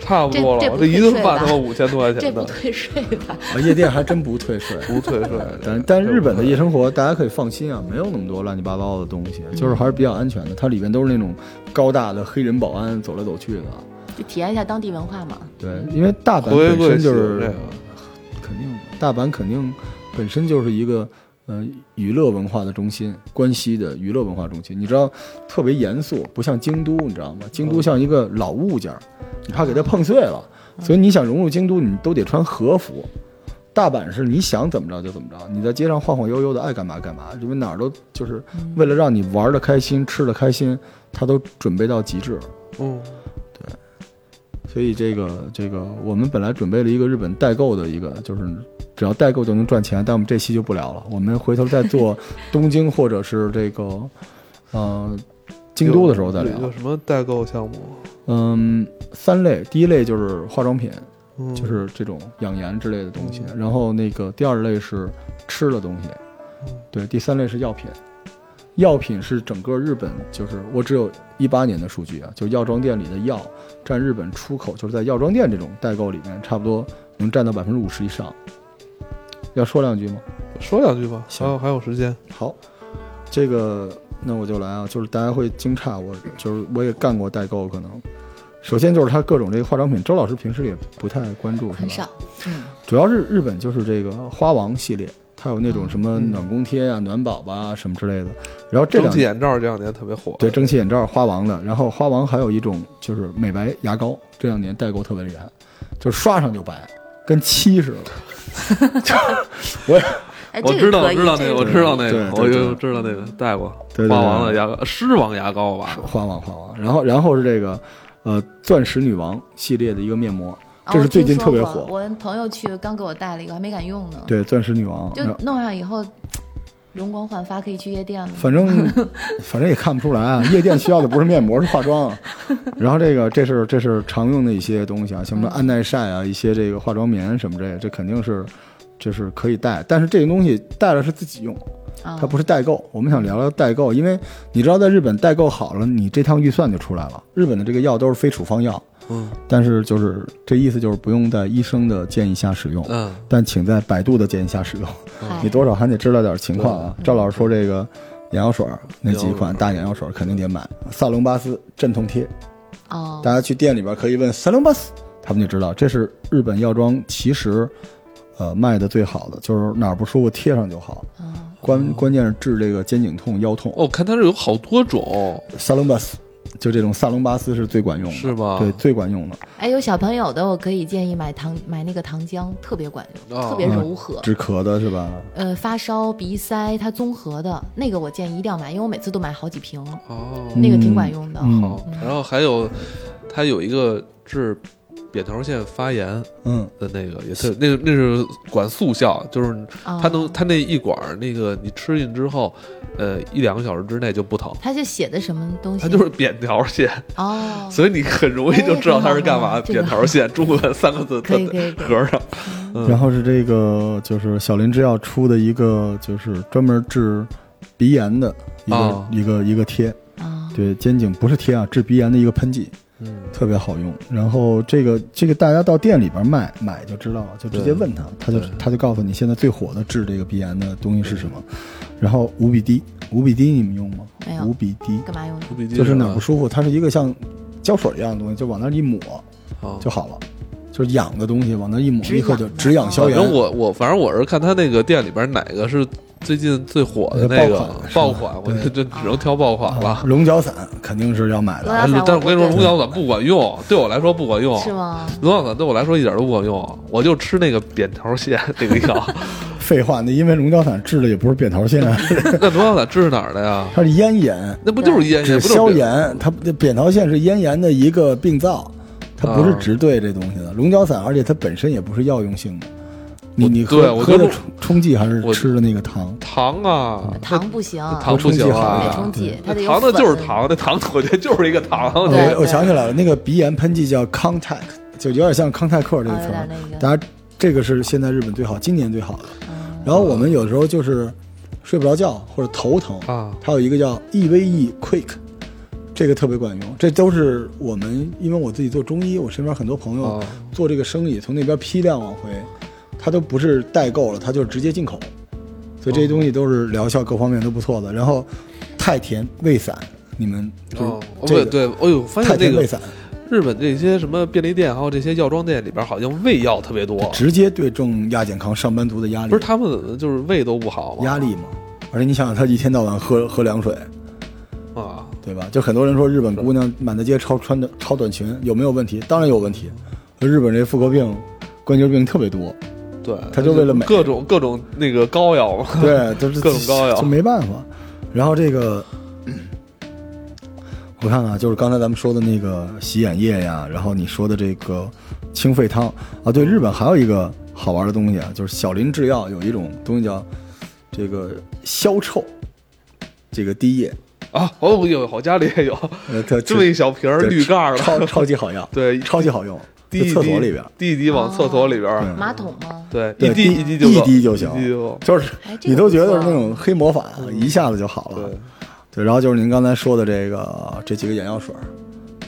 [SPEAKER 2] 差不多了。
[SPEAKER 1] 这这
[SPEAKER 2] 这
[SPEAKER 1] 不
[SPEAKER 2] 一顿饭他
[SPEAKER 1] 退税吧
[SPEAKER 2] 妈五千多块
[SPEAKER 1] 这
[SPEAKER 2] 钱
[SPEAKER 1] 不
[SPEAKER 2] 的，
[SPEAKER 1] 退税
[SPEAKER 2] [LAUGHS]
[SPEAKER 1] 吧？
[SPEAKER 3] [LAUGHS] 啊，夜店还真不退税。
[SPEAKER 2] 不退税。
[SPEAKER 3] [LAUGHS] 但但日本的夜生活，大家可以放心啊，没有那么多乱七八糟的东西，就是还是比较安全的。它里面都是那种高大的黑人保安走来走去的，
[SPEAKER 1] 就体验一下当地文化嘛。
[SPEAKER 3] 对，因为大阪
[SPEAKER 2] 回
[SPEAKER 3] 本
[SPEAKER 2] 归
[SPEAKER 3] 身就
[SPEAKER 2] 这
[SPEAKER 3] 是
[SPEAKER 2] 个。
[SPEAKER 3] 肯定的，大阪肯定本身就是一个呃娱乐文化的中心，关西的娱乐文化中心。你知道特别严肃，不像京都，你知道吗？京都像一个老物件儿，你怕给它碰碎了，所以你想融入京都，你都得穿和服。大阪是你想怎么着就怎么着，你在街上晃晃悠悠的，爱干嘛干嘛，因为哪儿都就是为了让你玩的开心、吃的开心，他都准备到极致。
[SPEAKER 2] 嗯，
[SPEAKER 3] 所以这个这个，我们本来准备了一个日本代购的一个，就是只要代购就能赚钱，但我们这期就不聊了，我们回头再做东京或者是这个，呃，京都的时候再
[SPEAKER 2] 有有
[SPEAKER 3] 聊。
[SPEAKER 2] 什么代购项目？
[SPEAKER 3] 嗯，三类，第一类就是化妆品，
[SPEAKER 2] 嗯，
[SPEAKER 3] 就是这种养颜之类的东西，然后那个第二类是吃的东西
[SPEAKER 2] 嗯，
[SPEAKER 3] 对，第三类是药品。药品是整个日本，就是我只有一八年的数据啊，就药妆店里的药占日本出口，就是在药妆店这种代购里面，差不多能占到百分之五十以上。要说两句吗？
[SPEAKER 2] 说两句吧，还
[SPEAKER 3] 行
[SPEAKER 2] 有还有时间。
[SPEAKER 3] 好，这个那我就来啊，就是大家会惊诧我，就是我也干过代购，可能首先就是他各种这个化妆品，周老师平时也不太关注，是吧
[SPEAKER 1] 很少，嗯，
[SPEAKER 3] 主要是日本就是这个花王系列，它有那种什么
[SPEAKER 2] 嗯
[SPEAKER 3] 暖宫贴啊、暖宝宝啊什么之类的。然后这
[SPEAKER 2] 蒸
[SPEAKER 3] 两
[SPEAKER 2] 汽眼罩这两年特别火，
[SPEAKER 3] 对蒸汽眼罩花王的，然后花王还有一种就是美白牙膏，这两年代购特别厉害，就是刷上就白，跟漆似的。
[SPEAKER 1] 哎，
[SPEAKER 2] 我
[SPEAKER 1] 这
[SPEAKER 2] 知道，
[SPEAKER 1] 可
[SPEAKER 2] 我
[SPEAKER 1] 以
[SPEAKER 2] 知道那
[SPEAKER 1] 这
[SPEAKER 2] 个，
[SPEAKER 1] 个
[SPEAKER 2] 我
[SPEAKER 1] 可以
[SPEAKER 2] 知道那个，
[SPEAKER 3] 对
[SPEAKER 2] 我
[SPEAKER 3] 对
[SPEAKER 2] 就
[SPEAKER 3] 对
[SPEAKER 2] 知道那个带过
[SPEAKER 3] 对对对
[SPEAKER 2] 花王的牙膏，狮王牙膏吧？
[SPEAKER 3] 花王花王，然后然后是这个呃钻石女王系列的一个面膜，这是最近特别
[SPEAKER 1] 哦我听说
[SPEAKER 3] 火。
[SPEAKER 1] 过我朋友去刚给我带了一个，还没敢用呢。
[SPEAKER 3] 对钻石女王，嗯
[SPEAKER 1] 就
[SPEAKER 3] 然后
[SPEAKER 1] 弄上以后，容光焕发可以去夜店吗？
[SPEAKER 3] 反正反正也看不出来啊。夜店需要的不是面膜，是化妆啊。然后这个这是这是常用的一些东西啊，像什么安耐晒啊，一些这个化妆棉什么这这肯定是就是可以带，但是这个东西带了是自己用，
[SPEAKER 1] 啊，
[SPEAKER 3] 它不是代购。我们想聊聊代购，因为你知道在日本代购好了，你这趟预算就出来了。日本的这个药都是非处方药，
[SPEAKER 2] 嗯
[SPEAKER 3] 但是就是这意思就是不用在医生的建议下使用，
[SPEAKER 2] 嗯，
[SPEAKER 3] 但请在百度的建议下使用。
[SPEAKER 2] 啊
[SPEAKER 1] 嗨
[SPEAKER 3] 你多少还得知道点情况啊。赵老师说这个眼药水儿那几款大眼药水儿肯定得买，萨隆巴斯镇痛贴，
[SPEAKER 1] 哦
[SPEAKER 3] 大家去店里边可以问萨隆巴斯，他们就知道这是日本药妆其实呃卖的最好的，就是哪儿不舒服贴上就好。
[SPEAKER 1] 啊
[SPEAKER 3] 关关键是治这个肩颈痛、腰痛，
[SPEAKER 2] 哦哦，我看它是有好多种，
[SPEAKER 3] 萨隆巴斯就这种萨隆巴斯是最管用的，
[SPEAKER 2] 是吗
[SPEAKER 3] 对，最管用的，
[SPEAKER 1] 哎，有小朋友的，我可以建议买糖，买那个糖浆，特别管用，
[SPEAKER 2] 哦
[SPEAKER 1] 特别柔和。
[SPEAKER 3] 止咳的是吧？
[SPEAKER 1] 呃，发烧、鼻塞，它综合的那个，我建议一定要买，因为我每次都买好几瓶，
[SPEAKER 2] 哦，
[SPEAKER 1] 那个挺管用的。
[SPEAKER 3] 嗯
[SPEAKER 2] 好，然后还有它有一个治扁桃腺发炎
[SPEAKER 3] 嗯，
[SPEAKER 2] 的那个，也是那个那是管速效，就是
[SPEAKER 1] 啊，
[SPEAKER 2] 它能它那一管儿那个你吃进之后，呃，一两个小时之内就不疼。
[SPEAKER 1] 它是写的什么东西？
[SPEAKER 2] 它就是扁桃腺，
[SPEAKER 1] 哦，
[SPEAKER 2] 所以你很容易就知道它是干嘛。
[SPEAKER 1] 哎很好很好
[SPEAKER 2] 扁桃腺，中文三个字，它
[SPEAKER 1] 可以可以可以
[SPEAKER 2] 合上。嗯
[SPEAKER 3] 然后是这个就是小林制药出的一个就是专门治鼻炎的一个、
[SPEAKER 2] 哦
[SPEAKER 3] 一个一个贴，
[SPEAKER 1] 啊，
[SPEAKER 3] 对肩颈不是贴啊，治鼻炎的一个喷剂，
[SPEAKER 2] 嗯，
[SPEAKER 3] 特别好用。然后这个这个大家到店里边卖买就知道了，就直接问他，他就
[SPEAKER 2] 嗯对
[SPEAKER 3] 他就告诉你现在最火的治这个鼻炎的东西是什么。然后五比滴，五比滴你们用吗
[SPEAKER 1] 没？有
[SPEAKER 3] 五比滴
[SPEAKER 1] 干嘛用？
[SPEAKER 2] 不比
[SPEAKER 3] 就是哪儿不舒服，它是一个像胶水一样的东西，就往那儿一抹
[SPEAKER 2] 哦
[SPEAKER 3] 就好了，就是痒的东西往那儿一抹，
[SPEAKER 1] 止
[SPEAKER 3] 立刻
[SPEAKER 1] 痒
[SPEAKER 3] 就
[SPEAKER 1] 的
[SPEAKER 3] 止痒消
[SPEAKER 2] 反
[SPEAKER 3] 炎。
[SPEAKER 2] 正啊我我反正我是看他那个店里边哪个是最近最火的那个
[SPEAKER 3] 爆
[SPEAKER 2] 爆
[SPEAKER 3] 款
[SPEAKER 2] 款，我
[SPEAKER 3] 是吧
[SPEAKER 2] 就就只能挑爆款
[SPEAKER 3] 啊
[SPEAKER 2] 了。
[SPEAKER 3] 龙角散肯定是要买的。
[SPEAKER 1] 啊
[SPEAKER 2] 但
[SPEAKER 1] 龙角
[SPEAKER 2] 是
[SPEAKER 1] 散
[SPEAKER 2] 但是我跟你说，
[SPEAKER 1] 我
[SPEAKER 2] 龙角散不管用，对我来说不管
[SPEAKER 3] 哦
[SPEAKER 2] 用。
[SPEAKER 1] 是吗？
[SPEAKER 2] 龙角散对我来说一点都不管用，我就吃那个扁桃腺那个药。 [LAUGHS]
[SPEAKER 3] 废话，那因为龙角散治的也不是扁桃腺，啊
[SPEAKER 2] 那龙角散治哪儿的呀？
[SPEAKER 3] 它是咽炎，
[SPEAKER 2] 那不就是咽炎？
[SPEAKER 3] 只
[SPEAKER 2] 不就是
[SPEAKER 3] 消炎。它扁桃腺是咽炎的一个病灶，它不是
[SPEAKER 2] 啊
[SPEAKER 3] 直对这东西的。龙角散，而且它本身也不是药用性的。你
[SPEAKER 2] 我
[SPEAKER 3] 你
[SPEAKER 2] 对
[SPEAKER 3] 喝
[SPEAKER 2] 我
[SPEAKER 3] 喝
[SPEAKER 2] 就
[SPEAKER 3] 的
[SPEAKER 2] 是
[SPEAKER 3] 冲冲剂还是
[SPEAKER 2] 我
[SPEAKER 3] 吃的那个糖？
[SPEAKER 2] 糖啊？
[SPEAKER 1] 糖不行，
[SPEAKER 2] 那糖不行
[SPEAKER 1] 得
[SPEAKER 2] 啊
[SPEAKER 1] 冲剂，它得有
[SPEAKER 2] 糖的就是
[SPEAKER 1] 粉。啊
[SPEAKER 2] 糖，那糖我觉得就是一个糖。
[SPEAKER 3] 哦 [LAUGHS]
[SPEAKER 1] 对
[SPEAKER 3] 我我
[SPEAKER 1] 对
[SPEAKER 3] 想起来了，那个鼻炎喷剂叫 Contact，就有点像康泰克这个
[SPEAKER 1] 哦
[SPEAKER 3] 词
[SPEAKER 1] 有
[SPEAKER 3] 儿
[SPEAKER 1] 点那。个
[SPEAKER 3] 大家这个是现在日本最好，今年最好的。
[SPEAKER 2] 啊
[SPEAKER 1] 嗯
[SPEAKER 3] 然后我们有时候就是睡不着觉或者头疼
[SPEAKER 2] 啊
[SPEAKER 3] 它有一个叫 EVE Quick，这个特别管用。这都是我们因为我自己做中医，我身边很多朋友
[SPEAKER 2] 哦
[SPEAKER 3] 做这个生意，从那边批量往回，它都不是代购了，它就是直接进口，所以这些东西都是疗效各方面都不错的。然后太田胃散，你们就是
[SPEAKER 2] 哦，对
[SPEAKER 3] 这个、
[SPEAKER 2] 对，哎呦，发
[SPEAKER 3] 太
[SPEAKER 2] 现那
[SPEAKER 3] 田胃
[SPEAKER 2] 个
[SPEAKER 3] 散、
[SPEAKER 2] 日本这些什么便利店，还有这些药妆店里边，好像胃药特别多。
[SPEAKER 3] 直接对症亚健康上班族的压力，
[SPEAKER 2] 不是他们就是胃都不好啊吗？
[SPEAKER 3] 压力嘛。而且你想想，他一天到晚喝喝凉水，
[SPEAKER 2] 啊，
[SPEAKER 3] 对吧？就很多人说日本姑娘满大街超穿的超短裙有没有问题？当然有问题。日本这妇科病、关节病特别多，
[SPEAKER 2] 对，
[SPEAKER 3] 他就为了美
[SPEAKER 2] 各种各种那个膏药嘛。 [LAUGHS]
[SPEAKER 3] 对，就是
[SPEAKER 2] 各种膏药
[SPEAKER 3] 就没办法。然后这个， [CLEARS THROAT] 我看看，就是刚才咱们说的那个洗眼液呀，然后你说的这个清肺汤啊，对，日本还有一个好玩的东西啊，就是小林制药有一种东西叫这个消臭，这个滴液，
[SPEAKER 2] 啊，哦有，我家里也有
[SPEAKER 3] 呃，它
[SPEAKER 2] 这么一小瓶儿
[SPEAKER 3] 对
[SPEAKER 2] 绿盖儿的，
[SPEAKER 3] 超超级好药，
[SPEAKER 2] [LAUGHS] 对
[SPEAKER 3] 超级好用，
[SPEAKER 2] 滴
[SPEAKER 3] 在
[SPEAKER 2] 一滴
[SPEAKER 3] 厕所里边。哦嗯
[SPEAKER 2] 滴一滴往厕所里边儿，
[SPEAKER 1] 马桶吗？
[SPEAKER 2] 对，
[SPEAKER 3] 对
[SPEAKER 2] 一滴
[SPEAKER 3] 滴
[SPEAKER 2] 滴就
[SPEAKER 3] 一
[SPEAKER 2] 够
[SPEAKER 3] 滴就行
[SPEAKER 2] 一滴就够嗯
[SPEAKER 3] 就是
[SPEAKER 1] 哎这个
[SPEAKER 3] 你都觉得
[SPEAKER 1] 不错
[SPEAKER 3] 是
[SPEAKER 1] 啊
[SPEAKER 3] 那种黑魔法，一下子就好了。
[SPEAKER 2] 对，
[SPEAKER 3] 对，然后就是您刚才说的这个这几个眼药水儿，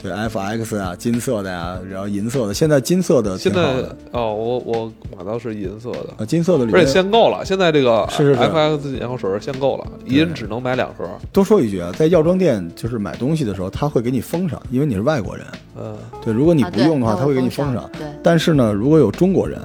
[SPEAKER 3] 对 FX 啊，金色的呀、然后银色的，现在金色的嗯
[SPEAKER 2] 现
[SPEAKER 3] 挺好
[SPEAKER 2] 在
[SPEAKER 3] 的，
[SPEAKER 2] 哦，我我买到是银色的。
[SPEAKER 3] 啊，金色的里
[SPEAKER 2] 而且
[SPEAKER 3] 面
[SPEAKER 2] 限购了，现在这个
[SPEAKER 3] 是是是
[SPEAKER 2] FX 眼药水儿限购了，一人只能买两盒。
[SPEAKER 3] 多说一句啊，在药妆店就是买东西的时候，他会给你封上，因为你是外国人。
[SPEAKER 2] 嗯，
[SPEAKER 3] 对，如果你
[SPEAKER 1] 啊
[SPEAKER 3] 不
[SPEAKER 1] 对
[SPEAKER 3] 用的话，
[SPEAKER 1] 他
[SPEAKER 3] 他
[SPEAKER 1] 会
[SPEAKER 3] 会给你
[SPEAKER 1] 封
[SPEAKER 3] 封
[SPEAKER 1] 上
[SPEAKER 3] 上。
[SPEAKER 1] 对
[SPEAKER 3] 但是呢，如果有中国人，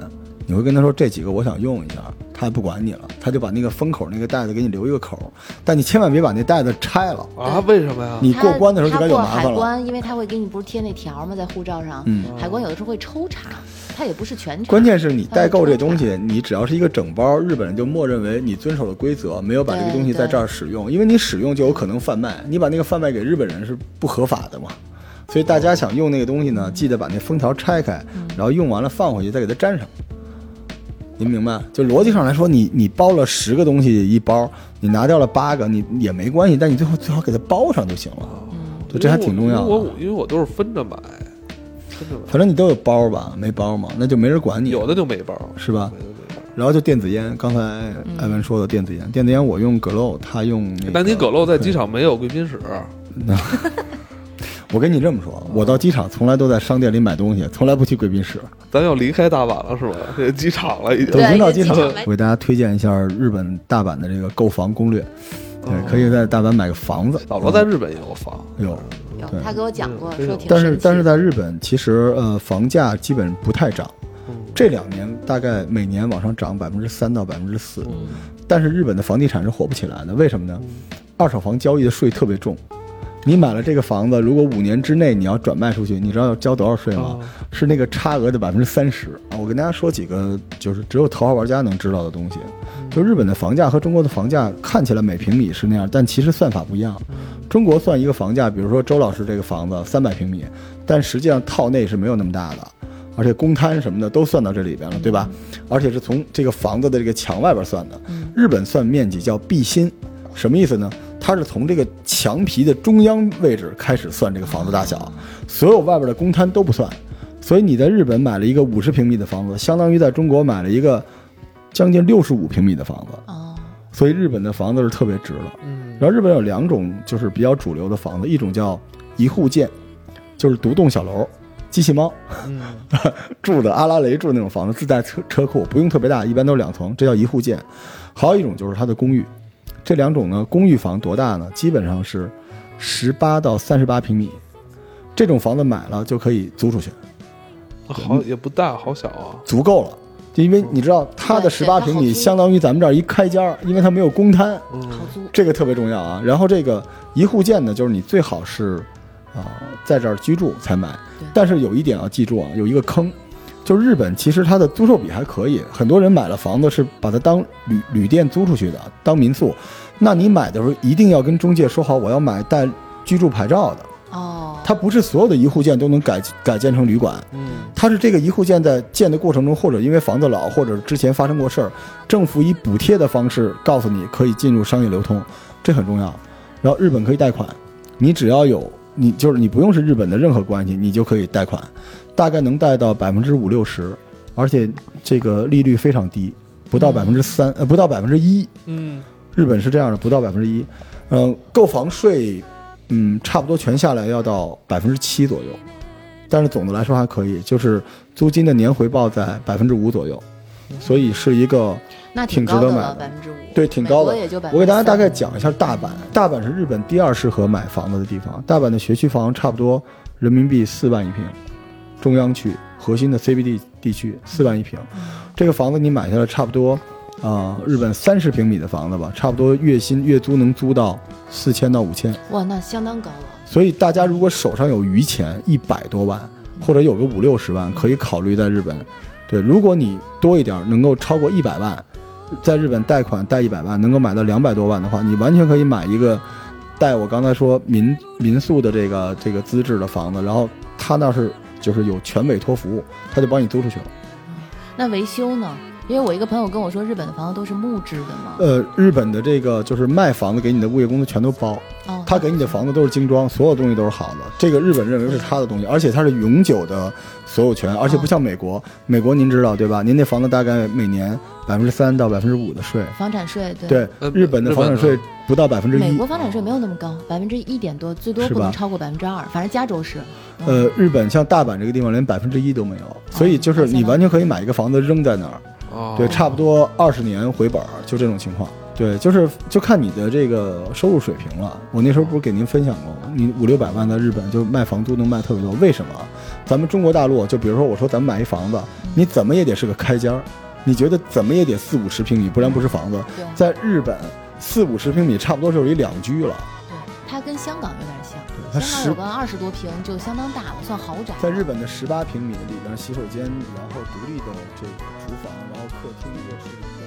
[SPEAKER 3] 你会跟他说这几个我想用一下，他也不管你了，他就把那个封口那个袋子给你留一个口儿，但你千万别把那袋子拆了。
[SPEAKER 2] 啊，为什么呀？
[SPEAKER 3] 哎你过
[SPEAKER 1] 它
[SPEAKER 3] 关的时候就
[SPEAKER 1] 它
[SPEAKER 3] 该有
[SPEAKER 1] 过
[SPEAKER 3] 麻烦
[SPEAKER 1] 海
[SPEAKER 3] 了
[SPEAKER 1] 关，因为他会给你不是贴那条吗？在护照上，
[SPEAKER 3] 嗯
[SPEAKER 1] 海关有的时候会抽查，它也不是全查。
[SPEAKER 3] 关键是你代购这东西，你只要是一个整包，日本人就默认为你遵守了规则，没有把这个东西在这儿使用，因为你使用就有可能贩卖，你把那个贩卖给日本人是不合法的嘛。所以大家想用那个东西呢，记得把那封条拆开，然后用完了放回去，再给它粘上。您明白？就逻辑上来说，你你包了十个东西一包，你拿掉了八个，你也没关系，但你最后最好给它包上就行了。对，这还挺重要
[SPEAKER 2] 因为我
[SPEAKER 3] 的。
[SPEAKER 2] 因为我都是分着买，分着买，
[SPEAKER 3] 反正你都有包吧？没包嘛，那就没人管你。
[SPEAKER 2] 有的就没包，
[SPEAKER 3] 是吧
[SPEAKER 2] 有？的就没包
[SPEAKER 3] 然后就电子烟，刚才
[SPEAKER 1] 嗯
[SPEAKER 3] 艾文说的电子烟，电子烟我用葛漏，他用那个
[SPEAKER 2] 但你葛漏在机场没有贵宾室，
[SPEAKER 3] 我跟你这么说，我到机场从来都在商店里买东西，从来不去贵宾室。
[SPEAKER 2] 咱要离开大阪了是吧？这机场了已经
[SPEAKER 3] 对，
[SPEAKER 1] 对
[SPEAKER 3] 已经到机场
[SPEAKER 1] 已经机场，了
[SPEAKER 3] 我给大家推荐一下日本大阪的这个购房攻略。
[SPEAKER 1] 哦
[SPEAKER 3] 对，可以在大阪买个房子。
[SPEAKER 2] 老罗在日本也有房，
[SPEAKER 3] 有，
[SPEAKER 1] 有
[SPEAKER 3] 对
[SPEAKER 1] 他给我讲过，
[SPEAKER 2] 对
[SPEAKER 1] 说挺
[SPEAKER 3] 但是
[SPEAKER 1] 神奇
[SPEAKER 3] 但是
[SPEAKER 1] 的
[SPEAKER 3] 在日本，其实呃房价基本不太涨，
[SPEAKER 2] 嗯
[SPEAKER 3] 这两年大概每年往上涨百分之三到百分之四，
[SPEAKER 2] 嗯
[SPEAKER 3] 但是日本的房地产是火不起来的，为什么呢？二手房交易的税特别重。你买了这个房子，如果五年之内你要转卖出去，你知道要交多少税吗？
[SPEAKER 2] 哦
[SPEAKER 3] 是那个差额的百分之三十啊！我跟大家说几个，就是只有头号玩家能知道的东西。就日本的房价和中国的房价看起来每平米是那样，但其实算法不一样。中国算一个房价，比如说周老师这个房子三百平米，但实际上套内是没有那么大的，而且公摊什么的都算到这里边了，对吧？而且是从这个房子的这个墙外边算的。日本算面积叫壁心，什么意思呢？它是从这个墙皮的中央位置开始算这个房子大小，所有外边的公摊都不算。所以你在日本买了一个五十平米的房子，相当于在中国买了一个将近六十五平米的房子。
[SPEAKER 1] 哦，
[SPEAKER 3] 所以日本的房子是特别值的。
[SPEAKER 2] 嗯，
[SPEAKER 3] 然后日本有两种就是比较主流的房子，一种叫一户建，就是独栋小楼，机器猫 [LAUGHS]
[SPEAKER 2] 嗯，
[SPEAKER 3] 住的阿拉蕾住的那种房子，自带车车库，不用特别大，一般都是两层，这叫一户建。还有一种就是它的公寓，这两种呢，公寓房多大呢？基本上是十八到三十八平米，这种房子买了就可以租出去，
[SPEAKER 2] 好也不大，好小啊，
[SPEAKER 3] 足够了。就因为你知道，它的
[SPEAKER 1] 对
[SPEAKER 3] 十
[SPEAKER 1] 对
[SPEAKER 3] 八
[SPEAKER 1] 它好
[SPEAKER 3] 平米
[SPEAKER 1] 租
[SPEAKER 3] 相当于咱们这儿一开间儿，因为它没有公摊，
[SPEAKER 2] 嗯
[SPEAKER 1] 好租
[SPEAKER 3] 这个特别重要啊。然后这个一户建呢，就是你最好是啊、在这儿居住才买
[SPEAKER 1] 对。
[SPEAKER 3] 但是有一点要记住啊，有一个坑，就是日本其实它的租售比还可以，很多人买了房子是把它当旅旅店租出去的，当民宿。那你买的时候一定要跟中介说好，我要买带居住牌照的。
[SPEAKER 1] 哦，
[SPEAKER 3] 它不是所有的一户建都能改改建成旅馆，
[SPEAKER 2] 嗯，
[SPEAKER 3] 它是这个一户建在建的过程中，或者因为房子老，或者之前发生过事儿，政府以补贴的方式告诉你可以进入商业流通，这很重要。然后日本可以贷款，你只要有你就是你不用是日本的任何关系，你就可以贷款，大概能贷到百分之五六十，而且这个利率非常低，不到百分之三，呃，不到百分之一，
[SPEAKER 2] 嗯，
[SPEAKER 3] 日本是这样的，不到百分之一。嗯，购房税，嗯，差不多全下来要到百分之七左右，但是总的来说还可以，就是租金的年回报在百分之五左右，所以是一个
[SPEAKER 1] 那
[SPEAKER 3] 挺值
[SPEAKER 1] 高
[SPEAKER 3] 得
[SPEAKER 1] 的
[SPEAKER 3] 买
[SPEAKER 1] 了，
[SPEAKER 3] 的
[SPEAKER 1] 百分之五，
[SPEAKER 3] 对挺高的
[SPEAKER 1] 美国也就百分之三。
[SPEAKER 3] 我给大家大概讲一下大阪，大阪是日本第二适合买房子的地方。大阪的学区房差不多人民币四万一平，中央区核心的 CBD 地区四万一平。这个房子你买下来差不多，啊、日本三十平米的房子吧，差不多月薪月租能租到四千到五千。
[SPEAKER 1] 哇，那相当高了，
[SPEAKER 3] 所以大家如果手上有余钱一百多万，或者有个五六十万，可以考虑在日本。对，如果你多一点，能够超过一百万，在日本贷款贷一百万，能够买到两百多万的话，你完全可以买一个带我刚才说民民宿的这个这个资质的房子，然后他那是就是有全委托服务，他就帮你租出去了。
[SPEAKER 1] 那维修呢？因为我一个朋友跟我说，日本的房子都是木质的嘛。
[SPEAKER 3] 呃，日本的这个就是卖房子给你的物业公司全都包，
[SPEAKER 1] 哦，
[SPEAKER 3] 呃他给你的房子都是精装，所有东西都是好的。这个日本认为是他的东西，而且它是永久的所有权，而且不像美国，美国您知道对吧？您那房子大概每年百分之三到百分之五的税，
[SPEAKER 1] 房产税对
[SPEAKER 3] 对
[SPEAKER 2] 呃，
[SPEAKER 3] 日本的房产税
[SPEAKER 2] 日本
[SPEAKER 3] 不到百分之
[SPEAKER 1] 美
[SPEAKER 3] 一
[SPEAKER 1] 国。房产税没有那么高，百分之一点多，最多
[SPEAKER 3] 是
[SPEAKER 1] 不
[SPEAKER 3] 吧
[SPEAKER 1] 能超过百分之二，反正加州是。
[SPEAKER 3] 呃，日本像大阪这个地方连百分之一都没有，所以
[SPEAKER 1] 哦
[SPEAKER 3] 就是你完全可以买一个房子扔在那儿，
[SPEAKER 2] 哦，
[SPEAKER 3] 对，差不多二十年回本儿，就这种情况。对，就是就看你的这个收入水平了。我那时候不是给您分享过吗？你五六百万在日本就卖房租能卖特别多，为什么啊？咱们中国大陆就比如说我说咱们买一房子，你怎么也得是个开间儿，你觉得怎么也得四五十平米，不然不是房子。
[SPEAKER 1] 对
[SPEAKER 3] 在日本，四五十平米差不多就是一两居了。
[SPEAKER 1] 对，它跟香港有点
[SPEAKER 3] 它
[SPEAKER 1] 像，香港
[SPEAKER 3] 十
[SPEAKER 1] 有个二十多平就相当大了，算豪宅。
[SPEAKER 3] 在日本的十八平米里边，洗手间，然后独立的这个厨房，然后客厅、卧室。